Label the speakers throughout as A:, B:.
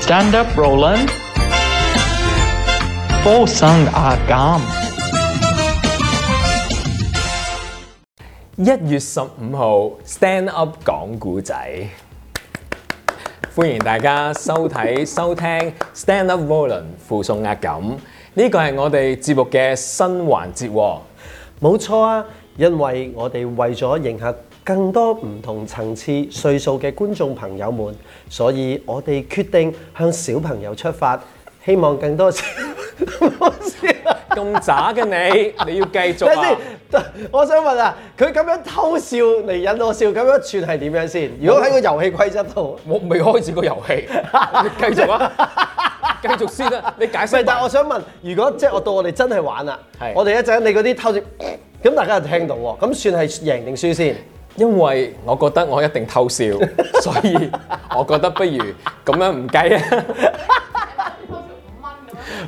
A: Stand up, Roland. Fo sung a gam.
B: 一月十五號 Stand Up 講故仔，歡迎大家收睇收聽 Stand Up Volun 附送壓感，呢個係我哋節目嘅新環節喎。
C: 冇錯啊，因為我哋為咗迎合更多唔同層次歲數嘅觀眾朋友們，所以我哋決定向小朋友出發，希望更多小
B: 咁渣嘅你，你要繼續
C: 等陣
B: 啊
C: 先！，我想問啊，佢咁樣偷笑嚟引我笑，咁樣算係點樣先？如果喺個遊戲規則度，
B: 我未開始個遊戲，你繼續啊！繼續先啦，你解
C: 唔係
B: 釋，
C: 但係
B: 埋。
C: 我想問，如果即係我到我哋真係玩啦
B: 係，
C: 我哋一陣你嗰啲偷笑，咁大家就聽到喎，咁算係贏定輸先？
B: 因為我覺得我一定偷 笑，所以我覺得不如咁樣唔計啊！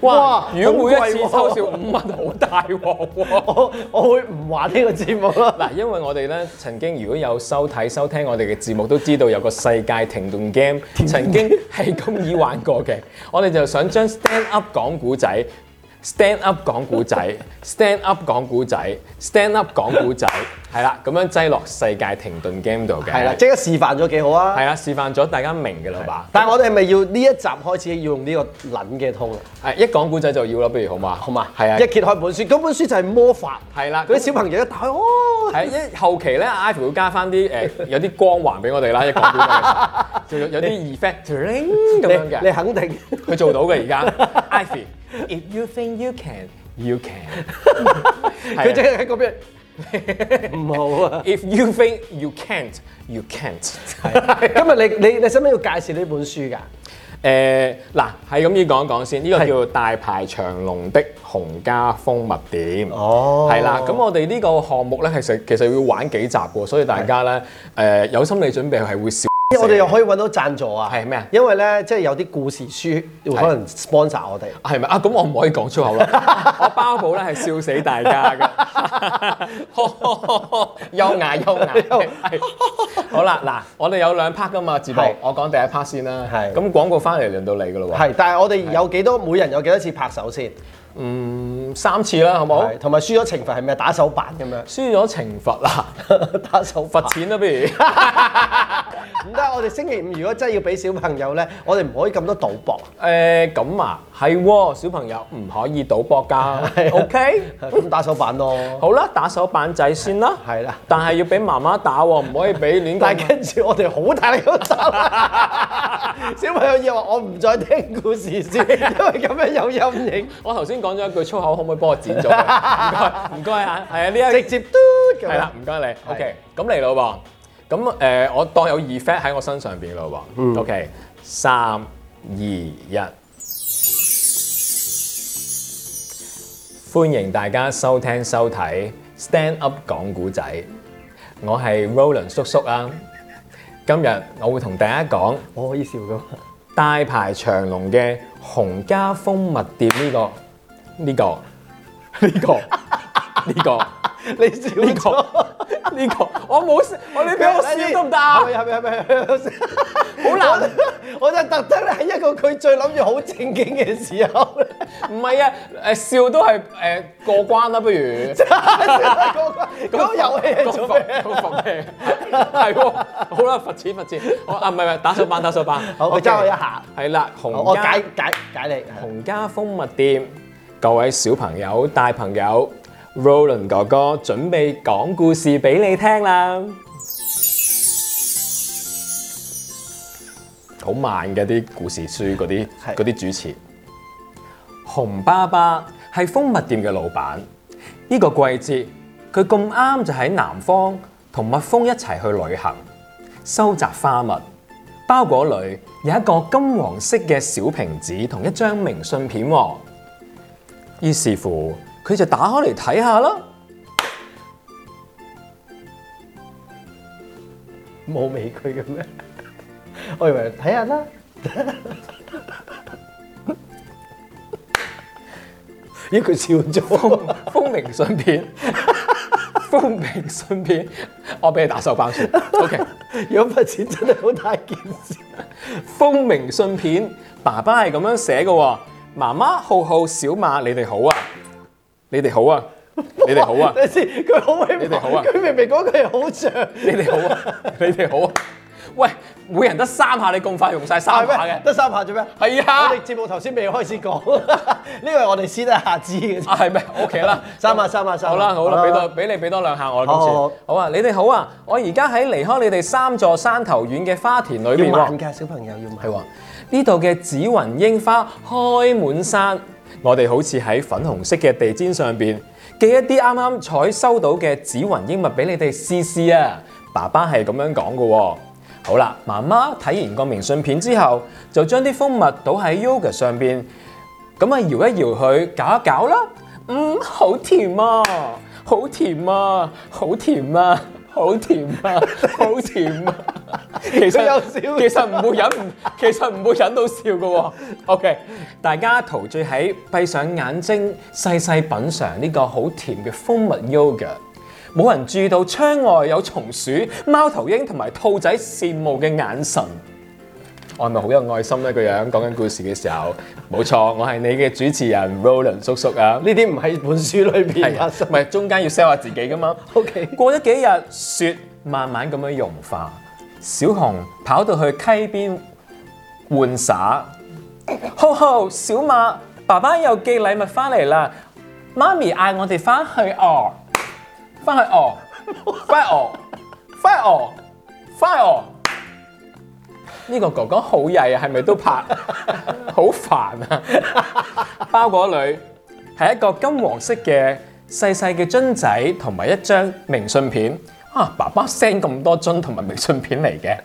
B: 哇！如果每一次
C: 好貴
B: 偷
C: 喎
B: 笑五蚊，好大鑊喎！
C: 我我會唔玩呢個節目咯。
B: 嗱，啊因為我哋咧曾經如果有收睇收聽我哋嘅節目，都知道有個世界停頓 game 曾經係咁以玩過 嘅。我哋就想將 stand up 講古仔，stand up 講古 仔，stand up 講古仔，stand up 講古仔，係啦，咁樣擠落世界停頓 game 度嘅。
C: 係啦，即刻示範咗幾好啊！
B: 係啦，示範咗大家明嘅啦吧？
C: 但係我哋係咪要呢一集開始要用呢個撚嘅通啊？
B: 係一講古仔就要啦，不如好嘛？
C: 好嘛？
B: 係啊
C: 一，揭開本書，嗰本書就係魔法。
B: 係啦，
C: 嗰啲小朋友一打開，哦，
B: 係一後期咧，Ivy 會加翻啲誒有啲光環俾我哋啦，一講古 仔就有有啲 effect 咁樣
C: 你你
B: 嘅，
C: 肯定
B: 佢做到嘅而 家。Ivy，if you think you can，you can。 啊
C: 佢即係喺嗰邊 唔好啊！
B: if you think you can't，you can't。
C: 今日你你你使唔使要介紹呢本書㗎？
B: 誒嗱，係咁要講一講先，呢、個
C: 係
B: 叫大排長龍的洪家蜂蜜店。
C: 哦
B: 係啦，咁我哋呢個項目咧，其實其實要玩幾集喎，所以大家咧誒、有心理準備係會笑。
C: 因為我哋又可以揾到贊助啊！
B: 係咩啊
C: 因為咧，即係有啲故事書會可能 sponsor 我哋。
B: 係咪啊？咁我唔可以講粗口 啦，我包保咧係笑死大家 嘅，優雅優雅。係好啦，嗱，我哋有兩 part 噶嘛，節目
C: 係
B: 我講第一 part 先啦。
C: 係
B: 咁廣告翻嚟輪到你噶咯喎，
C: 係，但係我哋有幾多每人有幾多次拍手先？
B: 嗯三次啦，好冇？
C: 係同埋輸咗懲罰係咩？打手板咁
B: 輸咗懲罰 啦，
C: 樣，打手板
B: 罰錢啦，不如。
C: 唔得，我哋星期五如果真係要俾小朋友咧，我哋唔可以咁多賭 博。啊
B: 誒咁啊，係喎，小朋友唔可以賭博㗎
C: 係啊
B: ，OK？
C: 咁打手板咯。
B: 好啦，打手板仔先啦，
C: 係啦
B: 但係要俾媽媽打喎，唔可以俾亂
C: 但
B: 咁
C: 係。跟住我哋好大力咁 打啦，小朋友以為我唔再聽故事先，因為
B: 啊
C: 咁樣有陰影，
B: 我頭先講咗一句粗口，可唔可以幫我剪咗佢？ 唔該，唔該啊，係啊，呢
C: 直
B: 一
C: 接嘟咁
B: 係
C: 樣
B: 啦，。唔該你。OK，咁嚟咯喎，咁誒、呃我當有 effect 喺我身上邊咯喎。OK，三二一，歡迎大家收聽收睇 Stand Up 講古仔，我係 Roland 叔叔啊。今日我會同大家講。
C: 我可以笑噶嘛？
B: 大排長龍嘅洪家蜂蜜店呢、個呢、個呢、個呢、個
C: 你笑
B: 呢、
C: 呢
B: 個呢、個，我冇笑我你俾我笑得唔得啊？
C: 係咪係咪係咪？
B: 好難
C: 我！我就特登喺一個佢最諗住好正經嘅時候 咧，
B: 唔係啊，誒笑都係誒過關啦，不如
C: 嗰個嗰個遊戲係做咩？
B: 咩？咁罰咩？係喎，好啦，罰錢罰錢，我啊唔係唔係打手板打手板，
C: 好佢
B: OK
C: 揸我一下，
B: 係啦，
C: 我
B: 洪
C: 我哦解
B: 家
C: 解解你係啦。
B: 洪家蜂蜜店，各位小朋友大朋友，Roland 哥哥準備講故事俾你聽啦。好慢嘅啲故事書嗰啲
C: 係
B: 嗰啲主持。紅爸爸係蜂蜜店嘅老闆。呢、個季節，佢咁啱就喺南方同蜜蜂一齊去旅行，收集花蜜。包裹裏有一個金黃色嘅小瓶子同一張明信片喎。於是乎，佢就打開嚟睇下啦。
C: 冇尾佢嘅咩？ 我以為睇下啦。咦，佢笑咗。
B: 封明信片，風評信片，我俾你打手板算。OK，
C: 如果罰錢真係好大件事。
B: 風明信片，爸爸係咁樣寫嘅喎。媽媽浩浩小馬，你哋好啊！你哋好啊！你哋好啊！
C: 等陣先，佢好威，
B: 你哋好啊
C: 佢明明講佢係好像，
B: 你哋好啊！你哋好啊！喂，每人得三下，你咁快用晒三下
C: 係
B: 嘅
C: 咩？？得三下啫咩？
B: 係啊
C: 我哋節目頭先未開始講， 呢個係我哋私底下知嘅啫。
B: 啊，係咩？OK 啦，
C: 三下三下三下
B: 好啦好
C: 好啦
B: 啦，俾多俾你俾多兩下我啦今
C: 好好
B: 次。好啊，你哋好啊！我而家喺離開你哋三座山頭遠嘅花田裏
C: 要
B: 邊
C: 慢
B: 喎。
C: 㗎，小朋友要慢。
B: 係喎，呢度嘅紫雲櫻花開滿山，我哋好似喺粉紅色嘅地氈上邊寄一啲啱啱採收到嘅紫雲櫻物俾你哋試試啊！爸爸係咁樣講嘅喎。好啦，媽媽睇完個明信片之後，就將啲蜂蜜倒喺 yogurt 上邊，咁啊搖一搖佢，搞一搞啦。嗯，好甜啊，好甜啊，好甜啊，好甜啊，好甜啊！其實
C: 佢有笑
B: 其實唔會忍唔，其實唔會忍到笑嘅喎、OK，大家陶醉喺閉上眼睛，細細品嚐呢個好甜嘅蜂蜜 yogurt。冇人注意到窗外有松鼠、貓頭鷹同埋兔仔羨慕嘅眼神。我係咪好有愛心呢個樣講緊故事嘅時候，冇錯，我係你嘅主持人 Roland 叔叔啊。
C: 呢啲唔喺本書裏邊
B: 係
C: 發
B: 啊，
C: 生
B: 唔。係中間要 sell 下自己噶嘛。
C: OK
B: 過咗幾日，雪慢慢咁樣融化，小紅跑到去溪邊玩耍。浩浩，小馬，爸爸又寄禮物翻嚟啦，媽咪嗌我哋翻去哦，翻去哦，翻去哦，翻去哦，翻去哦。呢個哥哥好曳啊，係咪都拍？好煩啊！包裹裏係一個金黃色嘅細細嘅樽仔，同埋一張明信片。啊，爸爸 send 咁多樽同埋明信片嚟嘅，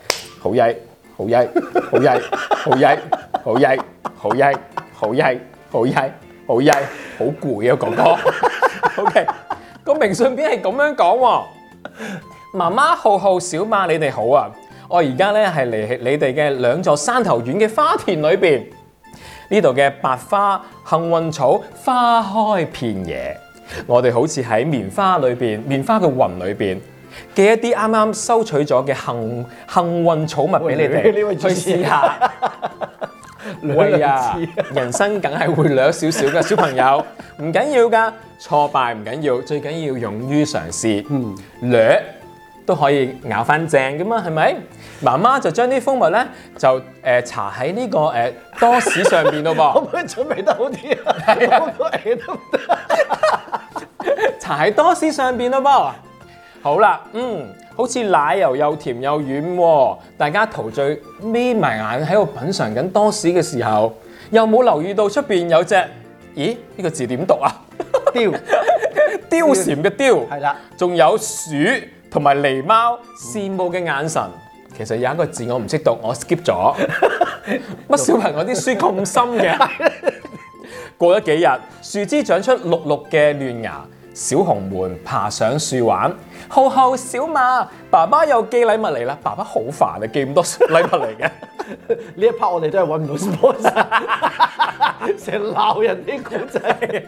B: 好曳，好曳，好曳，好曳，好曳，好曳，好曳，好曳，好曳，好攰啊，哥哥。OK，個明信片係咁樣講喎。媽媽、浩浩、小馬，你哋好啊！我而家咧係嚟你哋嘅兩座山頭遠嘅花田裏邊，呢度嘅白花幸運草花開遍野，我哋好似喺棉花裏邊、棉花嘅雲裏邊寄一啲啱啱收取咗嘅幸幸運草物俾你
C: 喂呢
B: 哋去
C: 位主持人
B: 試下。喂 啊！人生梗係會掠少少嘅小朋友，唔緊要㗎，挫敗唔緊要，最緊要勇於嘗試。嗯，掠都可以咬翻正㗎嘛，係咪？媽媽就將啲蜂蜜咧就誒、呃搽喺呢個誒、呃多士上邊咯
C: 可唔
B: 噃，
C: 可以準備得好啲啊？
B: 係啊
C: 我覺得得唔得？
B: 搽喺多士上邊咯噃。好啦，嗯，好似奶油又甜又軟喎、大家陶醉眯埋眼喺度品嚐緊多士嘅時候，又冇留意到出邊有隻，咦？呢、個字點讀啊？
C: 丟
B: 貂蟬嘅貂，
C: 係啦，
B: 仲有鼠同埋狸貓羨慕嘅眼神。其實有一個字我唔識讀，我 skip 咗。乜小朋友啲書咁深嘅？過咗幾日，樹枝長出綠綠嘅嫩芽，小紅們爬上樹玩。浩浩、小馬，爸爸又寄禮物嚟啦！爸爸好煩啊，寄咁多 禮物嚟嘅。
C: 呢一 part 我哋都係揾唔到 sponsor，成日鬧人啲古仔。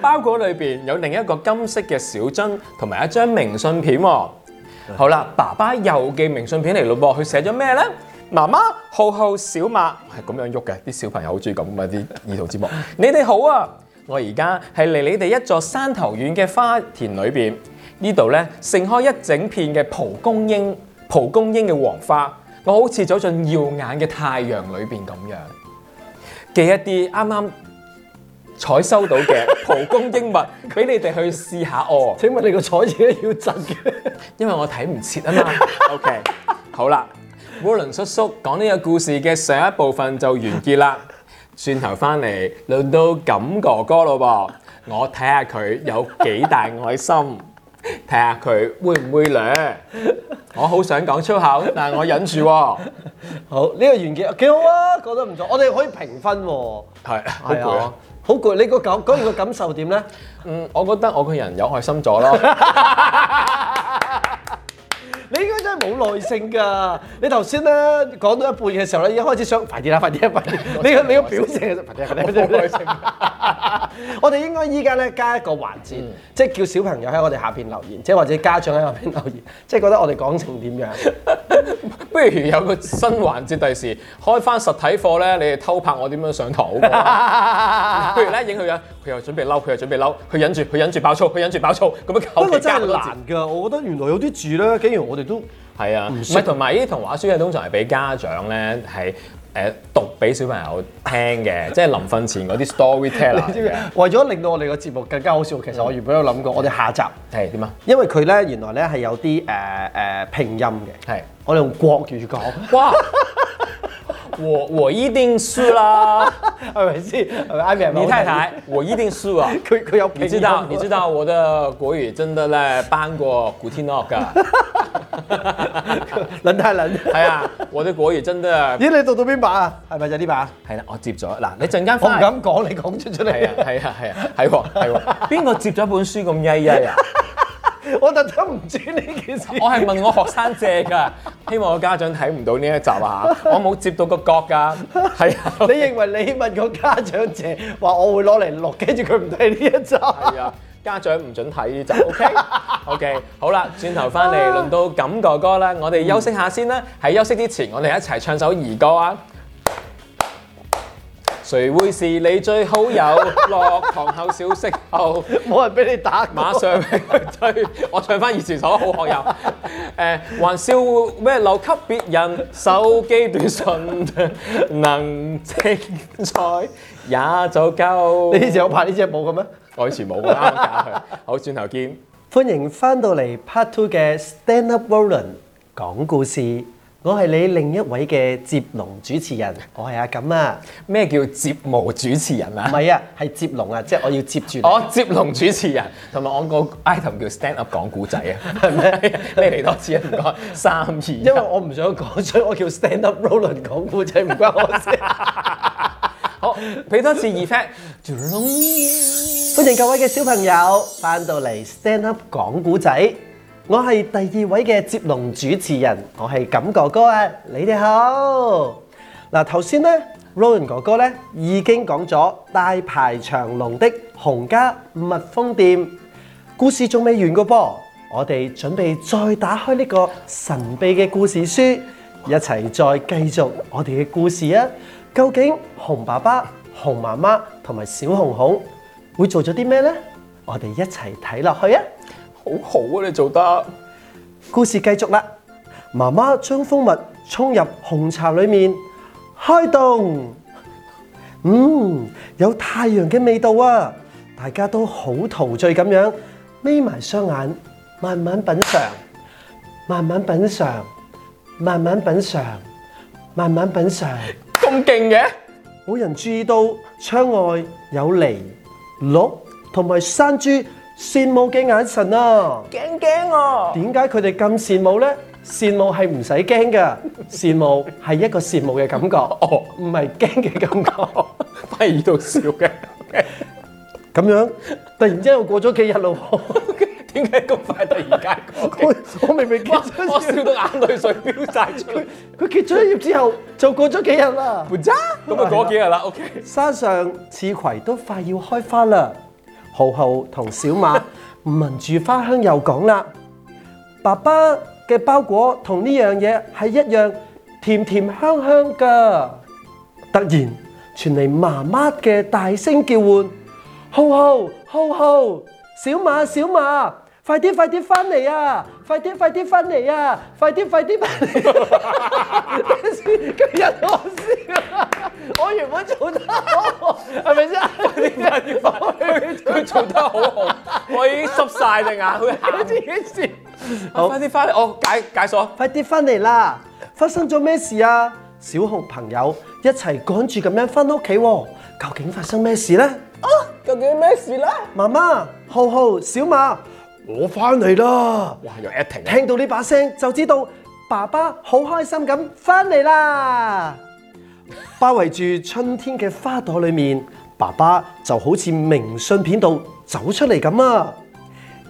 B: 包裹裏邊有另一個金色嘅小樽，同埋一張明信片喎、 好啦，爸爸又寄明信片嚟咯噃，佢寫咗咩呢？媽媽浩浩小馬係咁樣喐嘅，啲小朋友好中意咁嘅啲兒童節目。你哋好啊！我而家係嚟你哋一座山頭遠嘅花田裏邊，呢度呢，盛開一整片嘅蒲公英，蒲公英嘅黃花，我好似走進耀眼嘅太陽裏邊咁樣，寄一啲啱啱採收到嘅蒲公英物俾你哋去試下哦。
C: 請問你個彩字都要窒嘅？
B: 因為我睇唔切啊嘛。OK，好啦，Roland 叔叔講呢個故事嘅上一部分就完結啦。轉頭翻嚟，輪到錦哥哥咯噃，我睇下佢有幾大愛心，睇下佢會唔會咧。我好想講粗口，但我忍住 喎。
C: 好，呢、個完結幾好啊，覺得唔錯。我哋可以評分喎。
B: 係，好
C: 係
B: 攰啊
C: 啊。，好攰。你個感講完個感受點 咧？
B: 嗯，我覺得我個人有愛心咗咯。
C: 你應該真係冇耐性㗎。你頭先咧講到一半 嘅時候咧，已經開始想快啲啦，快啲啦，快啲。你個你個表情其實快啲啦，快啲啦，快啲啦。 我哋應該依家咧加一個環節，即係叫小朋友喺我哋下邊留言，即係或者家長喺下邊留言，即係覺得我哋講成點樣？
B: 不如有個新環節，第時開翻實體課咧，你哋偷拍我點樣上堂好 過。譬如咧影佢樣，佢又準備嬲，佢又準備嬲，佢忍住，佢忍住爆粗，佢忍住爆粗，咁樣
C: 不
B: 求
C: 過
B: 其
C: 真
B: 加
C: 係
B: 個
C: 難
B: 字。
C: 㗎，我覺得原來有啲字咧，竟然我哋都
B: 係啊，唔
C: 識
B: 係同埋呢啲童話書咧，通常係俾家長咧係誒讀俾小朋友聽 嘅，即係臨瞓前嗰啲 storyteller 嚟嘅。
C: 為咗令到我哋個節目更加好笑，其實我原本有諗
B: 嗯
C: 過，我哋下集，
B: 係點啊？
C: 因為佢咧原來咧係有啲呃誒誒拼音嘅，
B: 係。
C: 我哋用國語 講。
B: 哇！我我一定輸啦，
C: 係咪先？係咪 Ivy 係咪
B: 你太太，我一定輸啊！
C: 佢佢有拼
B: 你
C: 音
B: 知道，你知道我的國語真的咧颁過古天樂㗎，
C: 撚太撚。
B: 係啊，我的國語真的
C: 咦？你讀到邊把啊？係咪就呢把？
B: 係啦，我接咗嗱，你陣間
C: 我唔
B: 翻嚟，
C: 敢講，你講出出
B: 係
C: 嚟
B: 啊
C: 啊！
B: 係啊係啊係喎係喎，邊個接咗本書咁曳曳啊？
C: 我特登唔知呢件事。
B: 我係問我學生借㗎，希望我家長睇唔到呢一集啊！我冇接到個角㗎，係啊，
C: 你認為你問個家長借話我會攞嚟錄，跟住佢唔睇呢一集？
B: 係啊，家長唔准睇呢集，OK OK，好啦，轉頭翻嚟輪到錦哥哥啦，我哋休息下先啦。喺休息之前，我哋一齊唱首兒歌啊！誰會是你最好友？落堂後小息後，
C: 冇人俾你打過。
B: 馬上 去追。我唱翻以前所好學友。誒、還笑咩留給別人，手機短信能精彩也就夠。
C: 你呢隻有拍呢隻冇嘅咩？
B: 我以前冇㗎，啱啱教佢。好，轉頭見。
C: 歡迎翻到嚟 Part Two 嘅 Stand Up Roland 講故事，我係你另一位嘅接龍主持人，我係阿錦啊，
B: 咩叫接毛主持人
C: 唔
B: 啊？
C: 係啊，係接龍啊，即係我要接住你。
B: 我接龍主持人，同埋我個 item 叫 stand up 講古仔啊，係咩？你嚟多次啊，唔該，三二一
C: 因為。我唔想講，所以我叫 stand up Roland 講故仔，唔關我事。
B: 好，俾多次 effect。
C: 歡迎各位嘅小朋友翻到嚟 stand up 講故仔，我係第二位嘅接龍主持人，我係錦哥哥啊，你哋好。嗱頭先呢 Roland 哥哥呢已經講咗大排長龍的洪家蜜蜂店，故事仲未完個噃，我哋準備再打開呢個神秘嘅故事書，一齊再繼續我哋嘅故事啊！究竟熊爸爸、熊媽媽同埋小熊熊會做咗啲咩呢？我哋一齊睇落去啊！
B: 好好啊，你做得。
C: 故事繼續啦。媽媽將蜂蜜沖入紅茶裡面，開動。嗯，有太陽嘅味道啊！大家都好陶醉咁樣，眯埋雙眼，慢慢品嚐，慢慢品嚐，慢慢品嚐，慢慢品嚐。
B: 咁勁嘅？
C: 冇人注意到窗外有驪鹿同埋山豬羨慕嘅眼神啊！
B: 驚驚啊！
C: 點解佢哋咁羨慕呢？羨慕係唔使驚㗎，羨慕係一個羨慕嘅感覺，
B: 哦，
C: 唔係驚嘅感覺。
B: 忽然到笑嘅。
C: 咁樣突然之間又過咗幾日咯喎，
B: 點解咁快突然間講嘅？
C: 我我明明結咗
B: 我
C: 頁
B: 笑到眼淚水飆晒出嚟。
C: 佢結咗一頁之後就過咗幾日啦。
B: 咁啊嗰幾日啦，OK。
C: 山上刺葵都快要開花啦。浩浩同小馬聞住花香又講啦：爸爸嘅包裹同呢樣嘢係一樣甜甜香香㗎。突然傳嚟媽媽嘅大聲叫喚：浩浩浩浩，小馬小馬，快啲快啲翻嚟啊！快啲快啲翻嚟啊！快啲快啲翻嚟！ 今日我笑，我原本做得好，係咪先？
B: 佢做得好好，我已經濕晒隻眼，佢行
C: 自己笑。
B: 啊快啲翻嚟，我解解鎖。
C: 快啲翻嚟啦！發生咗咩事啊？小熊朋友一齊趕住咁樣翻屋企喎，究竟發生咩事呢？
B: 究竟咩事咧？
C: 媽媽、浩浩、小馬，我翻嚟啦！
B: 哇！又 acting 啊
C: 聽到呢把聲就知道爸爸好開心咁翻嚟啦！包圍住春天嘅花朵裏面，爸爸就好似明信片度走出嚟咁啊！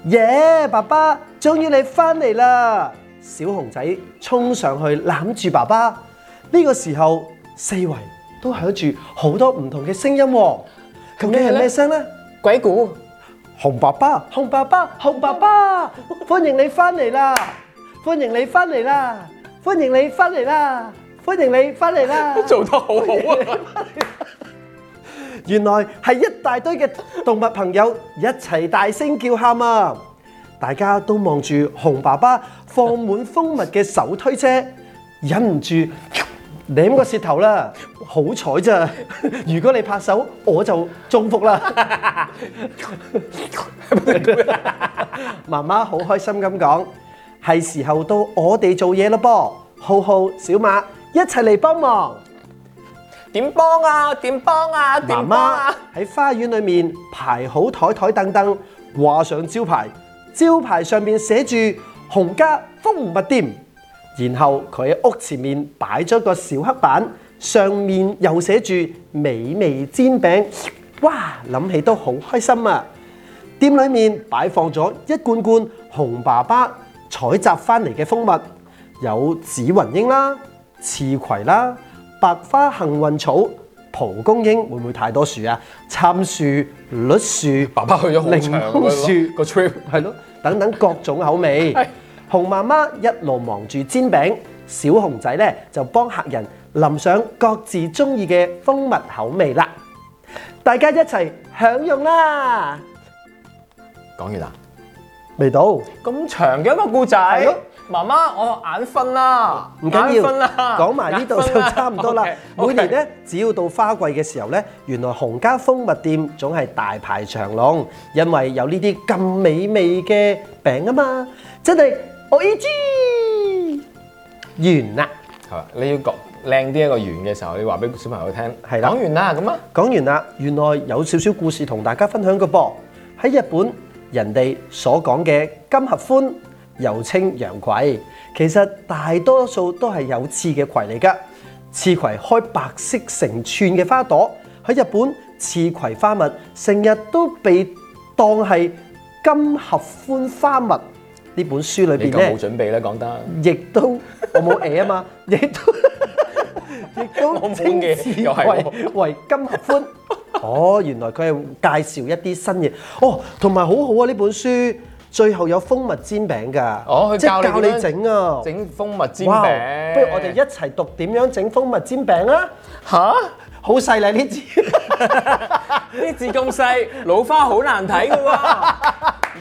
C: 耶爸爸，終於你翻嚟啦！小熊仔衝上去攬住爸爸。呢、個時候，四圍都響住好多唔同嘅聲音喎。究竟係咩聲呢？
B: 鬼故
D: 熊爸爸，
C: 紅爸爸，紅爸爸，歡迎你翻嚟啦！歡迎你翻嚟啦！歡迎你翻嚟啦！歡迎你翻嚟啦！
B: 做得好好 啊！
C: 原來係一大堆嘅動物朋友一齊大聲叫喊啊！大家都望住熊爸爸放滿蜂蜜嘅手推車，忍唔住舐個舌頭啦！好彩咋，如果你拍手，我就中伏啦！媽媽好開心咁講，係時候到我哋做嘢啦噃！浩浩、小馬一齊嚟幫忙！
B: 點幫啊？點幫啊？點幫
C: 媽媽
B: 啊？
C: 喺花園裏面排好台台凳凳，掛上招牌，招牌上面寫住洪家蜂蜜店。然後佢喺屋前面擺咗個小黑板，上面又寫住美味煎餅。哇！諗起都好開心啊！店裏面擺放咗一罐罐紅爸爸採集翻嚟嘅蜂蜜，有紫雲英啦、刺葵啦、白花幸運草、蒲公英，會唔會太多樹啊？杉樹、栗樹、
B: 爸爸去咗好
C: 檸
B: 長
C: 檬
B: 嘅
C: 樹
B: 咯個 trip，
C: 係咯，等等各種口味。熊媽媽一路忙住煎餅，小熊仔呢就幫客人淋上各自中意嘅蜂蜜口味啦。大家一齊享用啦！
B: 講完啦。
C: 未到，
B: 咁長嘅一個故仔
C: 咯，
B: 媽媽我眼瞓啦，
C: 唔緊
B: 眼
C: 要
B: 瞓啦，，
C: 講埋呢度就 差唔 多啦。每年呢，只要到花季嘅時候呢，原來洪家蜂蜜店總係大排長龍，因為有呢啲咁美味嘅餅啊嘛，真係我已知完啦。
B: 係嘛？你要講靚啲一個圓嘅時候，你話俾小朋友聽，
C: 係啦
B: 講完啦咁啊。
C: 講完啦，原來有少少故事同大家分享嘅噃。喺日本，人哋所講嘅金合歡，又稱洋葵，其實大多數都係有刺嘅葵嚟㗎。刺葵開白色成串嘅花朵，喺日本刺葵花蜜成日都被當係金合歡花蜜。呢本書裏
B: 你
C: 邊
B: 夠
C: 咧
B: 冇。準備咧，講得。
C: 亦都我冇嘢 啊嘛，亦都亦
B: 我
C: 都
B: 冇
C: 稱
B: 嘢
C: 之
B: 又係
C: 為為金合 歡。哦，原來佢係介紹一啲新嘢。哦，同埋好好啊！呢本書最後有蜂蜜煎餅㗎，
B: 哦，佢
C: 即係教
B: 教
C: 你整啊。
B: 整蜂蜜煎
C: 哇！
B: 餅。
C: 不如我哋一齊讀點樣整蜂蜜煎餅啊！
B: 嚇？
C: 好細啦呢支，
B: 啲字咁細，老花好難睇嘅喎。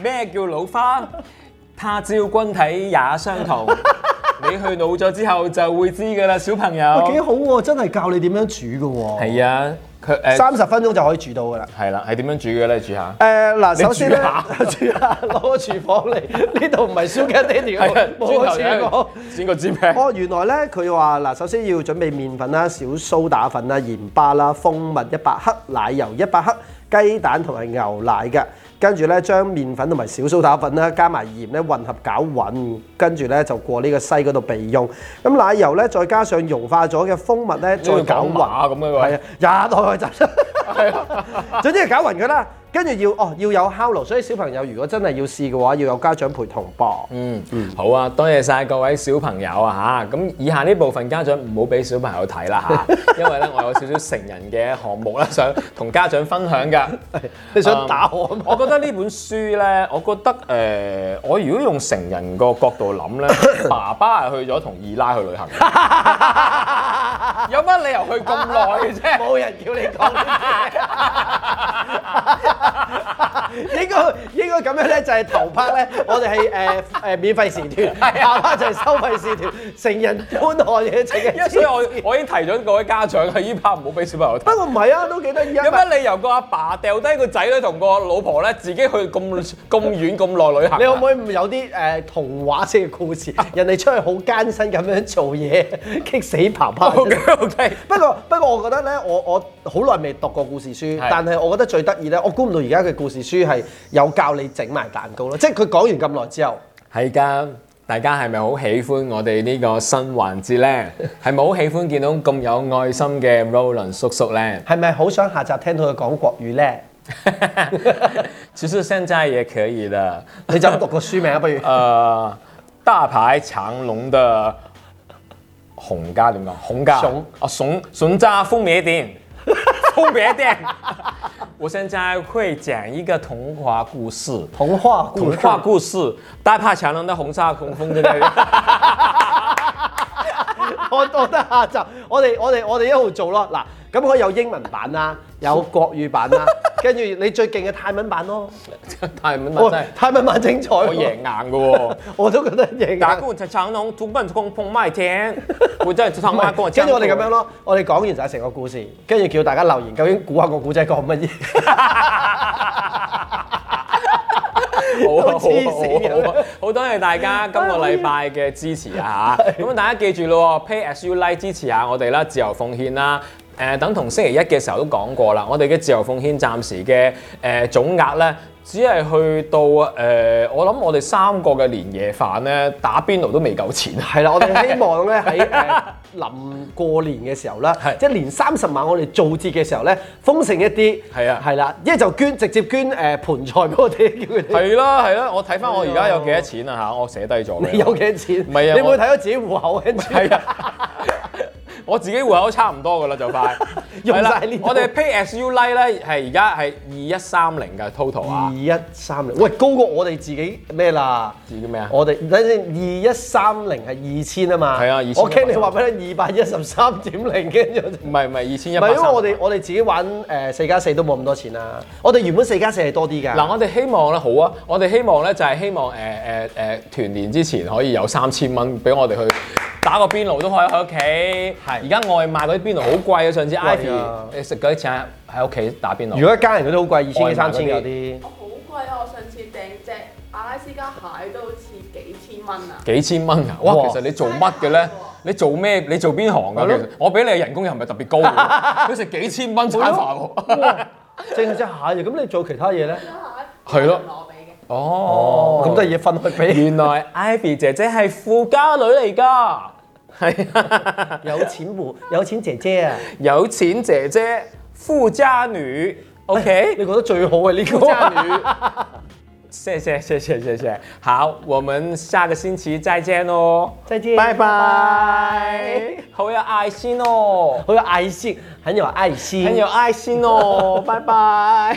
B: 咩叫老花？他朝君體也相 同。你去老咗之後就會知㗎啦，小朋友。
C: 幾好喎！真係教你點樣煮㗎喎。
B: 哦係啊，佢誒
C: 三十分鐘就可以煮到㗎啦。
B: 係啦，係點樣煮嘅咧？煮下。
C: 誒呃嗱，首先咧，
B: 煮下
C: 煮下攞個廚房嚟，呢度唔係燒雞爹哋
B: 係啊
C: 喎，，冇個廚房。
B: 煎個煎餅。
C: 哦，原來咧佢話嗱，首先要準備麵粉啦、小蘇打粉啦、鹽巴啦、蜂蜜一百克、奶油一百克、雞蛋同埋牛奶嘅。跟住咧，將麵粉同埋小蘇打粉啦，加埋鹽咧混合攪勻，跟住咧就過呢個篩嗰度備用。咁奶油咧，再加上融化咗嘅蜂蜜咧，再
B: 好
C: 攪
B: 似講
C: 勻。
B: 馬咁嘅喎
C: 係啊，廿代集。
B: 啊
C: 總之係搞勻佢啦，跟住要哦要有烤爐，所以小朋友如果真係要試嘅話，要有家長陪同噃。
B: 嗯，好啊，多謝晒各位小朋友啊嚇！咁以下呢部分家長唔好俾小朋友睇啦 嚇，因為咧我有少少成人嘅項目啦，想同家長分享㗎。
C: 你
B: 嗯
C: 想打我啊嘛？
B: 我覺得呢本書咧，我覺得誒、呃我如果用成人個角度諗 咧，爸爸係去咗同二奶去旅行 嘅， 有乜理由去咁耐嘅啫？
C: 啊 冇人叫你講呢啲嘢，應該應該咁樣咧，就係頭 part 咧，我哋係誒誒免費時段，
B: 啊
C: 下 part 就係收費時段，成人觀看嘅情
B: 因為所以我我已經提咗各位家長喺呢 part 唔好俾小朋友睇。
C: 不過唔係啊，都幾得意啊
B: 有！乜理由個阿爸掉低個仔女同個老婆咧，自己去咁咁遠咁耐旅行啊？
C: 你可唔可以唔有啲誒、童話式嘅故事？人哋出去好艱辛咁樣做嘢， 激死爸爸。
B: O K O K，
C: 不過不過，我覺得咧，我我好耐未讀過故事書
B: 係，
C: 但係我覺得最得意咧，我估唔到而家嘅故事書係有教你整埋蛋糕咯，即係佢講完咁耐之後。
B: 係㗎。大家係咪好喜歡我哋呢個新環節咧？係咪好喜歡見到咁有愛心嘅 Roland 叔叔咧？
C: 係咪好想下集聽到佢講國語咧？
B: 其實現在也可以的。
C: 你就咁讀個書名啊，不如
B: 呃，大排長龍的洪家點講？洪家
C: 熊
B: 啊，熊熊家蜂別店，蜂別店。我现在会讲一个童话故事，
C: 童話故
B: 童
C: 事
B: 话故事，大怕强人的红叉红风的那个。
C: 我 我得下集，我哋我哋我哋一路做咯。嗱，咁可以有英文版啦，有國語版啦，跟住你最勁嘅泰文版咯。
B: 泰文版
C: 哇
B: 真係
C: 泰文版精彩，
B: 我
C: 我
B: 贏，硬嘅喎。
C: 我都覺得贏 啊
B: 打
C: 硬。
B: 工才長龍，土笨空碰麥田。我真係唱媽跟我
C: 跟住我哋咁樣咯，我哋講完晒成個故事，跟住叫大家留言，究竟估下個古仔講乜嘢？
B: 啊好啊好啊
C: 黐線嘅
B: 好啊好啊！好多謝大家今個禮拜嘅支持啊嚇，咁大家記住咯喎，pay as you like 支持下我哋啦，自由奉獻啦。誒、等同星期一嘅時候都講過啦，我哋嘅自由奉獻暫時嘅誒、總額咧，只係去到誒、我諗我哋三個嘅年夜飯咧，打邊爐都未夠錢 啊！
C: 係啦，我哋希望咧喺誒 臨過年嘅時候啦
B: 係，
C: 即係年三十晚我哋做節嘅時候咧，豐盛一啲。
B: 係啊
C: 係啦，一係就捐直接捐誒盤菜俾我哋，叫佢哋。
B: 係啦係啦，我睇翻我而家有幾多錢啊嚇，我寫低咗嘅。
C: 你有幾多錢？
B: 唔係啊
C: 你有
B: 我
C: 冇睇到自己户口跟住？
B: 係啊，我自己戶口差唔多噶啦，就快
C: 用晒
B: 係啦
C: 呢度
B: 我哋 Pay As You Like 咧係而家係二一三零嘅 total
C: 二
B: 啊，
C: 一三零，喂，高過我哋自己咩啦？
B: 自己咩啊？
C: 我哋等陣先，二一三零係二千啊嘛。
B: 係啊2130
C: 我驚你話俾你二百一十三點零，跟住我就
B: 唔係唔係二千一
C: 唔
B: 百
C: 係因為我哋我哋自己玩誒四加四都冇咁多錢啦。我哋原本四加四係多啲㗎。
B: 嗱，我哋希望咧好啊，我哋希望咧就係希望誒誒誒團年之前可以有三千蚊俾我哋去。打個邊爐都可以喺屋企，係而家外賣嗰啲邊爐好貴啊！上次
C: 啊
B: Ivy 你食嗰啲錢喺屋企打邊爐，
C: 如果一家人嗰啲好貴，二千幾三千
B: 外賣嗰啲
C: 有啲。
D: 好貴啊！我上次訂隻阿拉斯加蟹都好似幾千蚊啊！
B: 幾千蚊啊！哇，
C: 哇
B: 其實你做乜嘅咧？你做咩？你做邊行
C: 係
B: 㗎？
C: 咯
B: 其實我俾你嘅人工又唔係特別高 喎，佢食幾千蚊餐飯喎。
C: 淨啊係隻蟹啫，咁你做其他嘢咧？
B: 係咯
D: 我俾嘅。
B: 哦，
C: 咁都係嘢分開俾。
B: 原來 Ivy 姐姐係富家女嚟㗎，係啊，
C: 有錢戶，有錢姐姐啊！
B: 有錢姐姐，富家女
C: 你覺
B: ，OK，
C: 得最好嘅呢
B: 富家
C: 個？
B: 女。謝謝謝謝謝謝，好，我們下個星期再見哦，
C: 再見
B: 拜
C: 拜
B: 拜，好有愛心哦。
C: 好有愛心，很有愛心，
B: 很有愛心哦，拜拜。